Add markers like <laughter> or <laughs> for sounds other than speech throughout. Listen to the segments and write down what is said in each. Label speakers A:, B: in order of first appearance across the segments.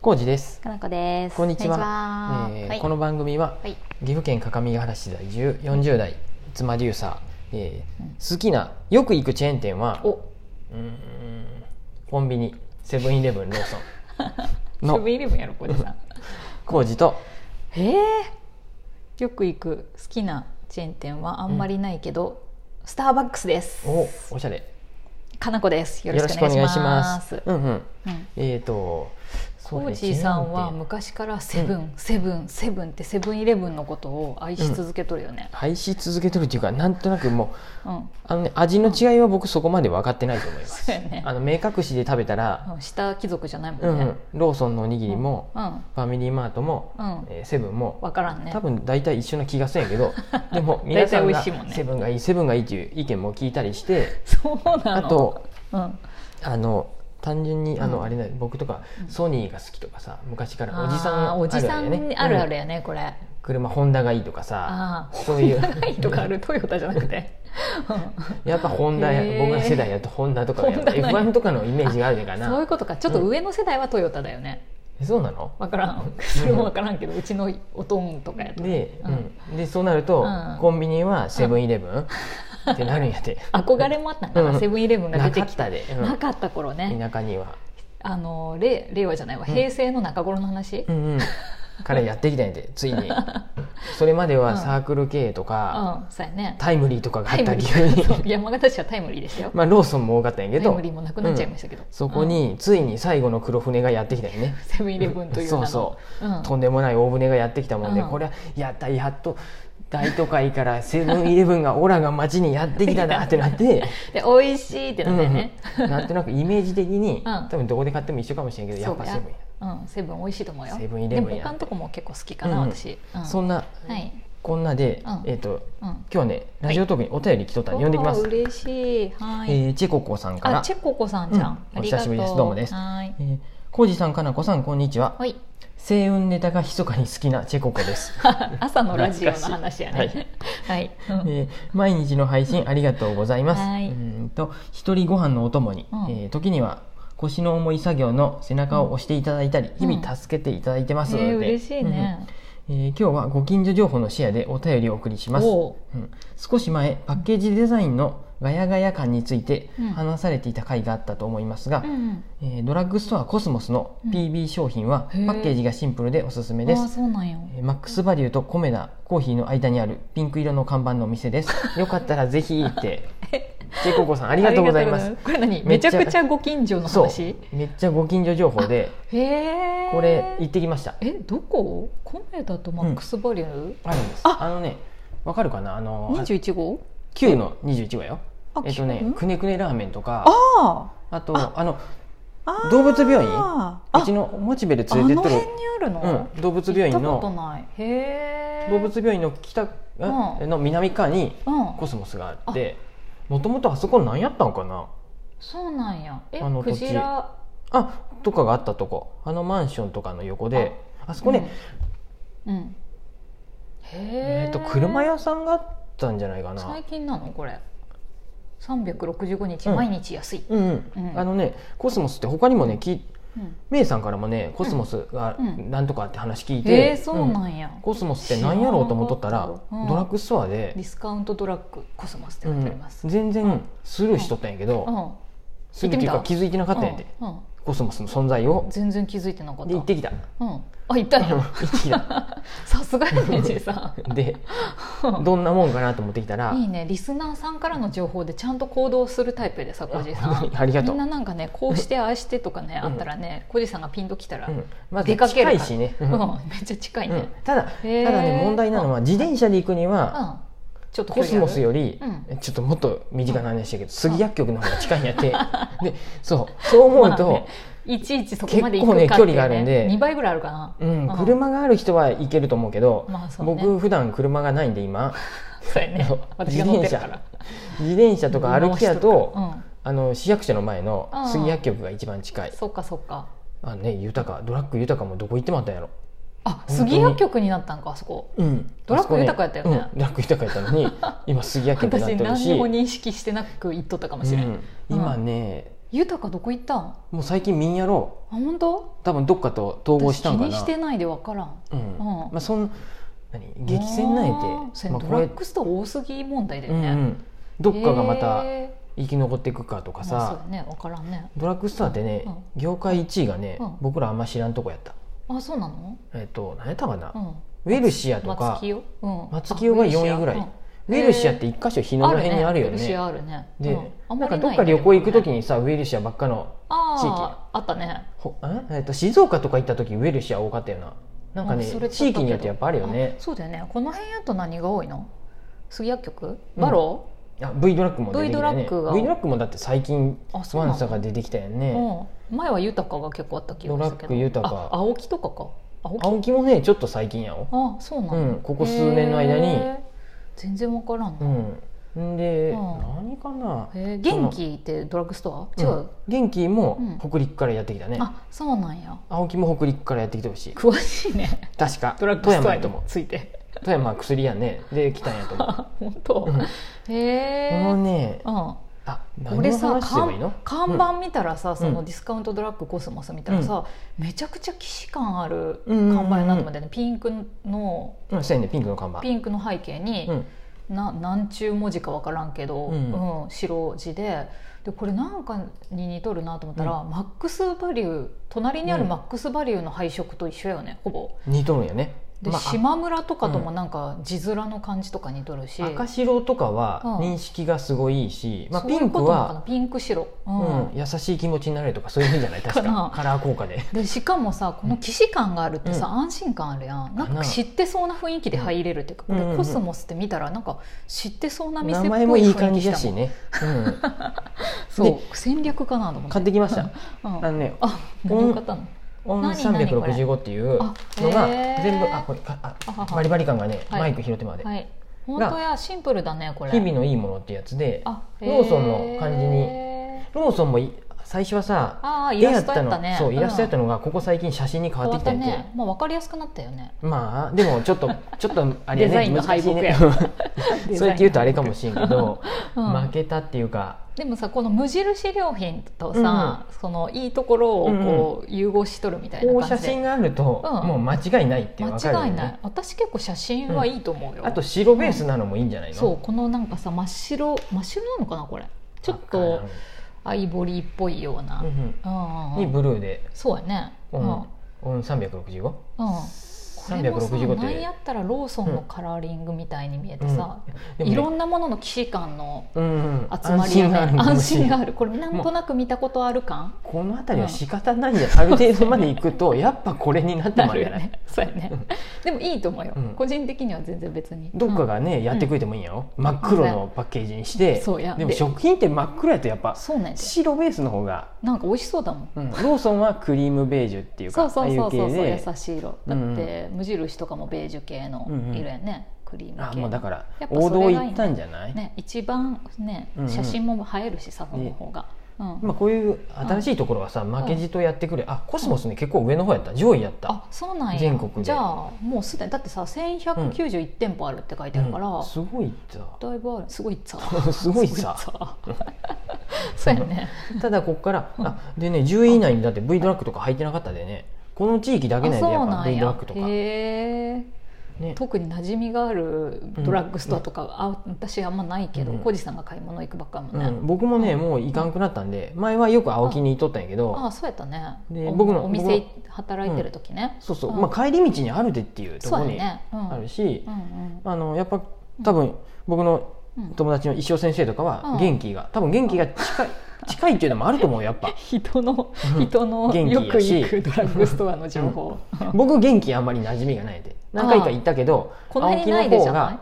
A: コウジです。
B: かなこです。
A: こんにちは。
B: こんにちは
A: えー
B: はい
A: この番組は
B: はい。
A: 岐阜県各務原市在住40代妻デューサー、えー
B: うん
A: 好きなよく行くチェーン店は
B: お、
A: うーんコンビニセブンイレブンローソン
B: <laughs> セ
A: の
B: ブンイレブンやろこ
A: <laughs>
B: れさ。
A: コウジと
B: へえ。よく行く好きなチェーン店はあんまりないけど、スターバックスです。
A: おおしゃれ
B: かなこです。よ
A: よ
B: ろ
A: ろ
B: し
A: し
B: く
A: く
B: お
A: お
B: 願
A: 願
B: い
A: い
B: し
A: し
B: ま
A: ますす。。うんうん
B: うん
A: えっ、と
B: コ
A: そう
B: ー
A: ね
B: ジーさん
A: チェーン
B: は
A: 店
B: 昔からセブン、セブンセブンってセブンイレブンのことを愛し続けとるよね、
A: 廃止続けてるっていうかなんとなくもう
B: うん
A: あの、ね、味の違いは僕そこまで分かってないと思います
B: そうやね
A: あの目隠しで食べたら、
B: うん下貴族じゃないもんね、
A: うんうん、ローソンのおにぎりも、
B: うん
A: ファミリーマートも、
B: うん
A: えーセブンも
B: 分からんね
A: 多分大体一緒な気がするんやけ
B: <laughs>
A: どでも皆
B: 大
A: さ
B: 体
A: ん
B: 美
A: が
B: 味しいもんね
A: セブンがいいセブンがいいという意見も聞いたりして
B: <laughs> そうな
A: あ
B: の、
A: と
B: うん、
A: あの単純にあの、
B: うん
A: あれだよ僕とか
B: うん
A: ソニーが好きとかさ昔からおじさ
B: あー
A: ん
B: おじさ
A: あるあるや
B: ん
A: ね
B: あるある
A: うん
B: やね、これ
A: 車ホンダがいいとかさ
B: あー <laughs>
A: そういう
B: 高いとかあるトヨタじゃなくて
A: <laughs> やっぱホンダや、
B: へー
A: 僕ら世代やとホンダとかやっぱ
B: ホンダなんや
A: F1 とかのイメージがあるかな
B: そういうことかちょっと上の世代はトヨタだよね、
A: えそうなの
B: 分からんそれも分からんけどうちのおとんとかやと
A: で,、
B: う
A: うんんでそうなると、
B: うん
A: コンビニはセブンイレブンってなるんやて
B: <laughs> 憧れもあったんかな、
A: うん
B: セブンイレブンが
A: な
B: 出
A: かっ
B: てきた
A: たで、うん
B: なかった頃ね
A: 田舎には、
B: あの令令和じゃないわ
A: うん
B: 平成の中頃の話、
A: うんうん、からやってきたんやてついにそれまで
B: う
A: は
B: ん
A: サークル経営とか、
B: うん、そうやね
A: タイムリーとかがあ
B: タ
A: っ
B: イ
A: た
B: ム
A: り
B: リー <laughs> そう山形市はタイムリーでしたよ、
A: まあローソンも多かったんやけ
B: タイ
A: ど
B: ムリーもなくなっちゃいましたけど、
A: そこについに最後の黒船がやってきたよね
B: うん、セブンイレブンという名の、
A: そうそう
B: ん、
A: とんでもない大船がやってきたもんで、
B: うん
A: これはやったやっと大都会からセブンイレブンがオラが街にやってきたなってな
B: <laughs>
A: って。
B: で美味しいってなったよね、
A: うんうんなんとなくイメージ的に、
B: うん
A: 多分どこで買っても一緒かもしれんけどやっぱセブンや、
B: うん、セブン美味しいと思うよ
A: セブンイレブンや
B: でも他のとこも結構好きかな、
A: うん
B: 私、うん
A: そんな、
B: はい、
A: こんなで、
B: うん
A: えっ、と
B: うん、
A: 今日ねラジオトークにお便り来とったんで、呼んできます
B: おー、嬉しいはい、
A: えーチェココさんか
B: あ
A: ら
B: チェココさんじゃん、
A: うん
B: ありがと
A: お久しぶりですどうもです
B: はい
A: えーコウジさんかなこさんこんにちは
B: はい <laughs>
A: 星雲ネタが密かに好きなチェココです、
B: 朝のラジオの話やねはい、
A: え
B: うん
A: ー毎日の配信ありがとうございますう
B: はい
A: ーんと一人ご飯のお供に、
B: うん
A: えー時には腰の重い作業の背中を押していただいたり、
B: ん
A: 日々助けていただいてますので、
B: えー、嬉しいね、
A: うんえー今日はご近所情報のシェアでお便りをお送りします、
B: おう
A: うん少し前パッケージデザインのガヤガヤ感について
B: うん
A: 話されていた回があったと思いますが、
B: うんうん
A: えードラッグストアコスモスの
B: うん
A: PB 商品はパ
B: へー
A: ッケージがシンプルでおすすめで
B: ああ
A: す、
B: そうなんや
A: えーマックスバリューとコメダコーヒーの間にあるピンク色の看板のお店です
B: <laughs>
A: よかったらぜひ行ってジェココさんあ
B: あ
A: りがとうございます
B: りがとうございますこれ何
A: め
B: め
A: っ
B: ち
A: ちゃ
B: ゃくちゃご近所の
A: そう
B: 話
A: めっちゃご近所情報で
B: へえ
A: これ行ってきました
B: えどこコメダとマックスバリュ
A: あるんです
B: あ
A: あのねわかるかなあ
B: ー、
A: の
B: 21号
A: 9の21はよ
B: あ
A: えっと
B: キュ
A: ね
B: ウ
A: くねくねラーメンとかあ
B: あ
A: とあの
B: あ
A: 動物病院
B: あ
A: うちのモチベル
B: あ
A: 連
B: の
A: れてっ
B: 辺
A: と
B: に
A: る
B: あるの、
A: うん、動物病院
B: 行ったこと
A: の
B: ないへえ
A: 動物病院の北
B: う
A: えの南側に
B: うん
A: コスモスがあってもともとあそこ何やったんかな
B: そうなんやえ
A: あの
B: クジラ
A: あとかがあったとこあのマンションとかの横であそこね、
B: うん、うんへ
A: え
B: え
A: っと車屋さんがあったんじゃないかな
B: 最近なのこれ365日
A: うん
B: 毎日安い、
A: うんうん、
B: うん
A: あのねコスモスって他にもねき
B: うん
A: メイさんからもねコスモスが
B: うん
A: なんとかって話聞いて、
B: へえそうなんや、
A: コスモスって何やろうと思っとったら
B: 知らんかったうん
A: ドラッグストアで
B: ディ、スカウントドラッグコスモスって
A: う
B: なっており
A: ん
B: ます、
A: 全然スルーしとったんやけど、
B: うん
A: スルーっていう
B: 行
A: か
B: って
A: 気づいてなかったんやて、
B: うんうん
A: コスモスの存在を
B: 全然気づいてなかった
A: で行ってきた
B: うん、あ行ったん
A: 行
B: や
A: ってき
B: <laughs>
A: た
B: さすがやね J さ
A: でどんなもんかなと思ってきたら
B: んいいねリスナーさんからの情報でちゃんと行動するタイプでさ小じさん
A: ありが
B: み
A: と
B: ん
A: う、
B: ななんかねこうしてああしてとかね、
A: うん
B: あったらね小じさんがピンときたら、
A: う
B: うん
A: ん、まず
B: 出かけ
A: 近
B: るから
A: いしね、うん
B: めっちゃ近いね、
A: う
B: うん
A: んただただ
B: へー
A: ね問題なのは自転車で行くには
B: ちょっと距
A: コ
B: 離
A: ス
B: ある
A: モスより
B: うん
A: ちょっともっと身近な話だけど杉薬局の方が近いんやって
B: <laughs>
A: でそうそう思うと、
B: まあねいちいちそこまで行く
A: 結
B: か
A: 構ね距離
B: っていう、ね、
A: があるんで
B: 2倍ぐらいあるかな、
A: うん、車がある人は行けると思うけど、
B: まあそうね
A: 僕普段車がないんで今
B: そうやね私が乗ってるから
A: 自転車とか歩きやと、
B: うん、
A: あの市役所の前の
B: うん
A: 杉薬局が一番近い、
B: そっかそっか
A: あね豊かドラッグ豊かもどこ行ってもあったんやろ
B: あ
A: 当に
B: 杉薬局になったんかあそこ
A: うん
B: ドラッグ豊かやったよね
A: あそこうん、ドラッグ豊かやった
B: <laughs>
A: のに今杉薬局になっ
B: 私
A: てる
B: 何
A: し
B: にも認識してなく行っとったかもしれん、
A: うん今ね、
B: 豊かどこ行ったんあ
A: もう最近見んやろ
B: 本当
A: う多分どっかと統合したんか
B: 私気に
A: な
B: してないで分からん
A: うん
B: うん
A: まあそん何激戦なんや
B: あー
A: て
B: それ
A: まあ
B: ド
A: こ
B: ラ
A: れ
B: ッグストア多すぎ問題だよ
A: うんう
B: ね、
A: んどっかがまた
B: へ
A: 生き残っていくかとか
B: ー
A: さ、
B: まあそうだね分からんね
A: ドラッグストアってね、
B: うん
A: 業界1位がね、
B: うん
A: 僕らあんま知らんとこやった
B: あそうなの
A: えっと何やったかな、
B: うん
A: ウェルシアとか
B: 松清うん
A: 松清が4位ぐらい
B: あ
A: ウェルシアって1箇所日
B: ウ
A: の
B: ェルシアうん
A: 辺にあるよ
B: ウェルシア
A: ね
B: あるね
A: で、
B: うんあん
A: なん
B: まり
A: か
B: いね
A: どっか旅行行く時
B: でもね
A: にさウェルシアばっかの
B: あーあったね
A: ほんえっと静岡とか行った時ウェルシア多かったよななんかね
B: あそれ
A: 地域によってやっぱあるよね
B: あそうだよねこの辺やと何が多いの杉薬局バロ
A: あ V ドラッグも出てきたよね
B: V ドラッグが
A: V ドラッグもだって最近
B: あそう
A: ワ
B: なの
A: ンサが出てきたよ
B: ー、
A: ね
B: うん、前は豊かが結構あった気がするけ
A: ドラッ
B: ど
A: グ豊か
B: あ青木とかか青木
A: 青木もねちょっと最近やろ
B: あそうなの、
A: うんここ数年の間に
B: へー全然分からんな、
A: うんんで、
B: う
A: 何
B: ん
A: かな
B: へー元気ってドラッグストア違う、
A: うん元気も
B: う
A: 北陸からやってきたね、
B: あそうなんや
A: 青木も北陸からやってきてほしい
B: 詳し
A: <laughs>
B: いね
A: 確か
B: ドラッグ
A: 富
B: スト
A: 山
B: ア
A: やと思
B: に
A: う
B: ついて
A: 富山は薬やねで来たんやと思う
B: あ本当、
A: うん
B: へ
A: こ
B: え
A: のね
B: うん
A: あ何
B: 俺
A: の
B: さ
A: 話すれば
B: 看
A: いいの
B: 看板見たらさ、そうの
A: ん
B: ディスカウントドラッグコスモス見たらさ、めちゃくちゃ既視感ある
A: うんうんうん
B: 看板やなと思ってねピンクの
A: うん、うん、そうやねピンクの看板
B: ピンクの背景に、
A: うん
B: な何ちゅう文字か分からんけど、
A: う
B: うんん白字ででこれなんかに似とるなと思ったら、マックスバリュー隣にある
A: うん
B: マックスバリューの配色と一緒やよねほぼ。
A: 似とるんやね
B: で、
A: まあ
B: 島村とかともなんか字面の感じとか似とるし、
A: 赤白とかは
B: うん
A: 認識がすごいいいし、まあ、
B: そうい
A: ピ
B: う
A: ン
B: こ
A: ク
B: となのかな
A: は、
B: ピンク白、うん
A: うん、優しい気持ちになれるとかそういう意味じゃない確か
B: かな
A: カラー効果で
B: でしかもさこの既視感があるって
A: う
B: さ、安心感あるやんなん
A: かな
B: か知ってそうな雰囲気で入れるっていうか、
A: うんう
B: こ
A: んうん
B: れコスモスって見たらなんか知ってそうな店
A: 名
B: っぽい
A: 前もいい感
B: 雰囲気
A: じ
B: し
A: だ
B: た
A: し
B: もん
A: ね、うん、
B: そう戦略かなと思って
A: 買ってきました
B: うん
A: あのね
B: あ何を買ったの
A: オン
B: 何何これ
A: 365っていうのが
B: あへー
A: 全部あこれかあ
B: あはは
A: バリバリ感がね
B: はい
A: マイク拾ってまで
B: はい本当やシンプルだねこれ
A: 日々のいいものってやつで
B: あ
A: ローソンの感じに
B: へー
A: ローソンもい最初はさ
B: ああイ
A: 絵
B: ラ
A: や
B: ス
A: っ
B: ト
A: た
B: やった
A: の
B: ね
A: そうイラストやった
B: の
A: のがここ最近写真に変わ
B: 変
A: って
B: わっ
A: きた
B: た
A: んで
B: ねまあ分かりやすくなったよね
A: まあでもちょっ
B: <laughs>
A: とちょっとあれ
B: デザ
A: ね
B: インの
A: 難
B: 敗
A: し
B: 北
A: いね
B: や
A: <laughs> そうやって言うとあれかもしれんけど
B: うん
A: <laughs> 負けたっていうか
B: でもさこの無印良品とさ、そのいいところをこう融合しとるみたい
A: こ
B: な
A: う
B: 感
A: 写
B: じで、
A: 真があると
B: うん
A: もう間違いないって分かるよ
B: 間違いない
A: ね
B: 私結構写真はいいと思うよ、
A: あと白ベースなのもいいんじゃないの
B: そうこのなんかさ真っ白真っ白なのかなこれちょっとアイボリーっぽいような、
A: 赤なん
B: う
A: うん
B: うん
A: うんにブルーで
B: そうやね
A: オ
B: うん、うん、
A: ンオン 365?
B: これもさ
A: 365って
B: 何やったらローソンのカラーリングみたいに見えてさ、
A: でもね
B: いろんなものの既視感の
A: うん
B: 集まりやね安心があ
A: る
B: るこれなんとなく見たことある感
A: この辺りは仕方ないんじゃないある程度まで行くとやっぱこれになって
B: な
A: もら
B: る
A: え
B: よ
A: ない、
B: ねそうやねでもいいと思うよ、
A: うん
B: 個人的には全然別に
A: どっか
B: うん
A: がね、やってくれてもいいんやろ真っ黒のパッケージにして
B: そうや
A: でも
B: で
A: 食品って真っ黒やとやっぱ
B: そうなんです
A: 白ベースの方が、
B: なんか美味しそうだもん
A: うんローソンはクリームベージュっていう
B: そ
A: か
B: うそうそうそ
A: ああいうう
B: そう
A: 系
B: 優
A: で
B: しい色
A: う
B: だ
A: んうん
B: って無印とかもベージュ系の色やね、クリーム系
A: あもうだから
B: やっぱ
A: 王
B: そ
A: 道
B: れがいいね
A: 行ったんじゃない、
B: ね一番ね
A: うんうん
B: 写真も映えるしさその方が、うん
A: まあ、こういう新しいところはさ、負けじとやってくれあコスモスね結構上の方やった上位やった、
B: あそうなんや
A: 全国で
B: じゃあもうすでにだってさ1191店舗あるって書いてあるから、
A: うんすごい
B: <laughs>
A: さ
B: だいぶあるすごいっさ
A: <laughs> すごいさ
B: <laughs> すごいっさそうやね
A: ただここからあでね10位以内にだって V ドラッグとか入ってなかったでねこの地域だけなんでやっぱ V ドラッグとか、ね、
B: へえ特に馴染みがあるドラッグストアとか、あ私あんまないけど
A: うん
B: 小路、さんが買い物行くばっかりも
A: う
B: ね、
A: ん、僕もねもう行かんくなったんで前はよく青木に行っとったんやけ
B: あ
A: ど
B: あそうやったね
A: で
B: お
A: 僕の
B: お
A: 僕の
B: 店働いてる時ね、
A: そうそう、
B: うん
A: まあ、帰り道にあるでっていうところ
B: そうや
A: に
B: ね、うん、
A: あるし、
B: うんうん
A: あのやっぱ多分僕の
B: うん
A: 友達の一生先生とか
B: う
A: は
B: ん
A: 元気が多分元気が近い近いっていうのもあると思うよや
B: <laughs>
A: っぱ
B: 人の
A: うん
B: 人の
A: 元気や
B: よ
A: し
B: く行くドラッグストアの情報、
A: 僕元気あんまり馴染みがないで何回か行ったけど
B: この
A: 青木
B: 辺な
A: の
B: いでじ
A: 方
B: ゃない
A: が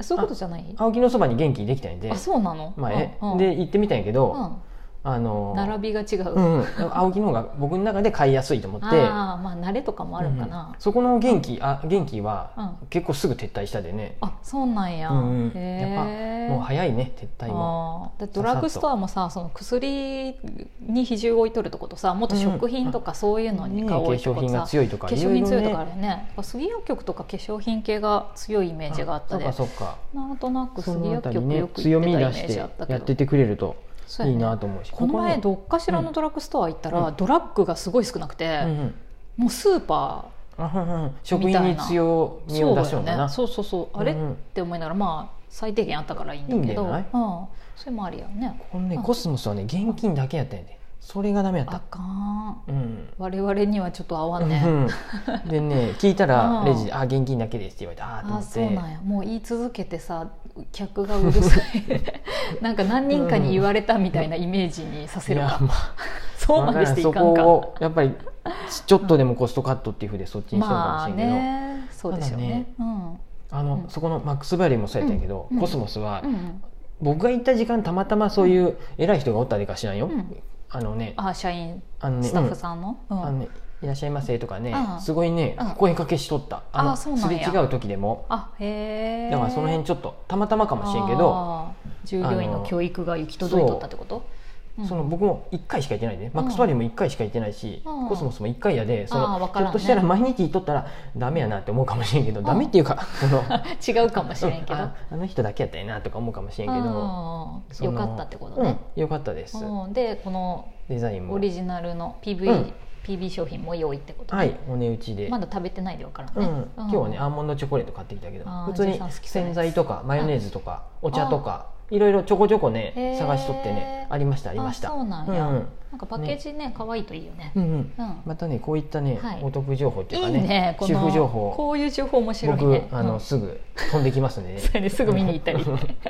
B: あそういうことじゃない
A: 青木のそばに元気できたんで
B: あそうなの
A: まあえ
B: うんうん
A: で行ってみたんやけ
B: う
A: ど
B: ん
A: あの
B: 並びが違う、
A: うんうん、青木の方が僕の中で買いやすいと思って
B: ああまあ慣れとかもあるか
A: うん
B: な、
A: そこの元気あ元気は
B: う
A: 結構すぐ撤退したでね、
B: あそうなんや、
A: うんうん
B: へえ
A: もう早いね撤退も
B: あーでドラッグストアもさその薬に比重を置いとるとことさもっと食品とかそういうの
A: ね
B: に
A: 化
B: が多いと
A: 粧
B: こ
A: 品
B: さ、
A: が強いとか
B: 化粧品強いと
A: ろ
B: かあるよねやっぱ杉薬局とか化粧品系が強いイメージがあったで
A: あそうかそうか
B: なんとなく
A: そ
B: 杉
A: のあ
B: 薬
A: たり
B: 局よ
A: ね
B: く行
A: 強
B: っ
A: み
B: てたイメ
A: 出し
B: ージ
A: て
B: あっ
A: や
B: たけ
A: って
B: ど
A: てくれると
B: そう
A: い
B: や
A: い
B: ね
A: なと思うし
B: この前どっかしら
A: う
B: の
A: ん
B: ドラッグストア行ったら、
A: うん
B: ドラッグがすごい少なくて、
A: うんうん
B: もうスーパ
A: あはんはん食品に強
B: ー
A: みを出しようか
B: よ
A: な
B: そうそうそうあれ、
A: うんうん
B: って思いながらまあ最低限あったからいいんだ
A: いいんじ
B: け
A: ゃ
B: ど
A: ない
B: うん、それもありやね
A: このね
B: あ
A: コスモスはね現金だけやったんやでそれがダメやっ
B: あ
A: た
B: かん
A: うん
B: 我々にはちょっと合わんね、
A: うんでね聞いたら
B: うん
A: レジで「あ現金だけです」って言われてああと
B: あ
A: 思っ
B: ーそう
A: て
B: なんやもう言い続けてさ客がうるさ
A: <laughs>
B: いなんか何人かに言われたみたいなイメージにさせる
A: い
B: か、
A: やまあ
B: そうまでしていかんか
A: わらんそこをやっぱりちょっとでもコストカットっていうふうでそっちにしたの
B: ま
A: か
B: あ
A: もしれんけど、
B: ねそうですよねうん、うん
A: あの
B: うん
A: そこのマックスバリューもそうやったんやけど、
B: うん
A: コスモスは
B: うん、
A: 僕が行った時間たまたまそういう偉い人がおったりか知らんよ、
B: うん
A: あのね
B: あ社員
A: あのね
B: スタッフさんの,、う
A: うんんあのねいらっしゃいませとかね、
B: うん
A: すごいね
B: うん
A: 声かけしとった、あの
B: あそう
A: す
B: なん
A: れ
B: や
A: 違う時でも
B: あへえ
A: だからその辺ちょっとたまたまかもしれんけど、
B: あー従業員の教育が行き届いとったってこと
A: その僕も1回しか行ってないで、マックスバリューも1回しか行ってないし、
B: うん
A: コスモスも1回やでそ
B: あー
A: の
B: わか
A: ひょ
B: らんね
A: っとしたら毎日行っとったらダメやなって思うかもしれんけど、
B: ん
A: ダメっていうかそ
B: <laughs>
A: の
B: うん、違うかもしれんけど、
A: うん <laughs> ああの人だけやったよなとか思うかもしれんけど、
B: うんよかったってことね、
A: うん、よかったです、
B: うん、でこの
A: デザインも
B: オリジナルの PV、
A: うん
B: PB 商品も用意ってことね、
A: はいお値打ちで、
B: まだ食べてないで分からん
A: う
B: ね、
A: ん今日はねアーモンドチョコレート買ってきたけど
B: あ
A: 普
B: ー
A: 通
B: ジェイ
A: に
B: さん好きそうです
A: 洗剤とかマヨネーズとかお茶とかいろいろちょこちょこね
B: へー
A: 探しとってねありましたありました
B: あそうなんや、
A: うんうん
B: なんかパッケージね可愛いといいよね、
A: うんうん
B: うん
A: またねこういったね
B: はい
A: お得情報っていうか
B: いいね
A: ね
B: こ
A: 主
B: の
A: 婦情報
B: こういう情報面白い
A: 僕
B: ね
A: あ
B: う
A: の
B: ん <laughs>
A: すぐ飛んできますんでね
B: そうや <laughs> ねすぐ見に行ったり
A: <laughs>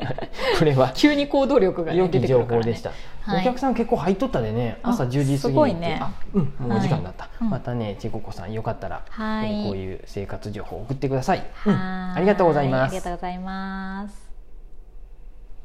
A: これ
B: <laughs>
A: は
B: 急に行動力がね、
A: 良
B: 出
A: き
B: てく
A: 情
B: るから
A: 報
B: ね
A: でした
B: はい
A: お客さん結構入っとったでね
B: あ
A: 朝10時過ぎに
B: すごいね
A: あうんもうお時間だった
B: うん
A: またねちここさんよかったらえ
B: はい
A: ーこういう生活情報送ってくださいうん
B: はーい
A: ありがとうございま
B: あり
A: す
B: がとうございます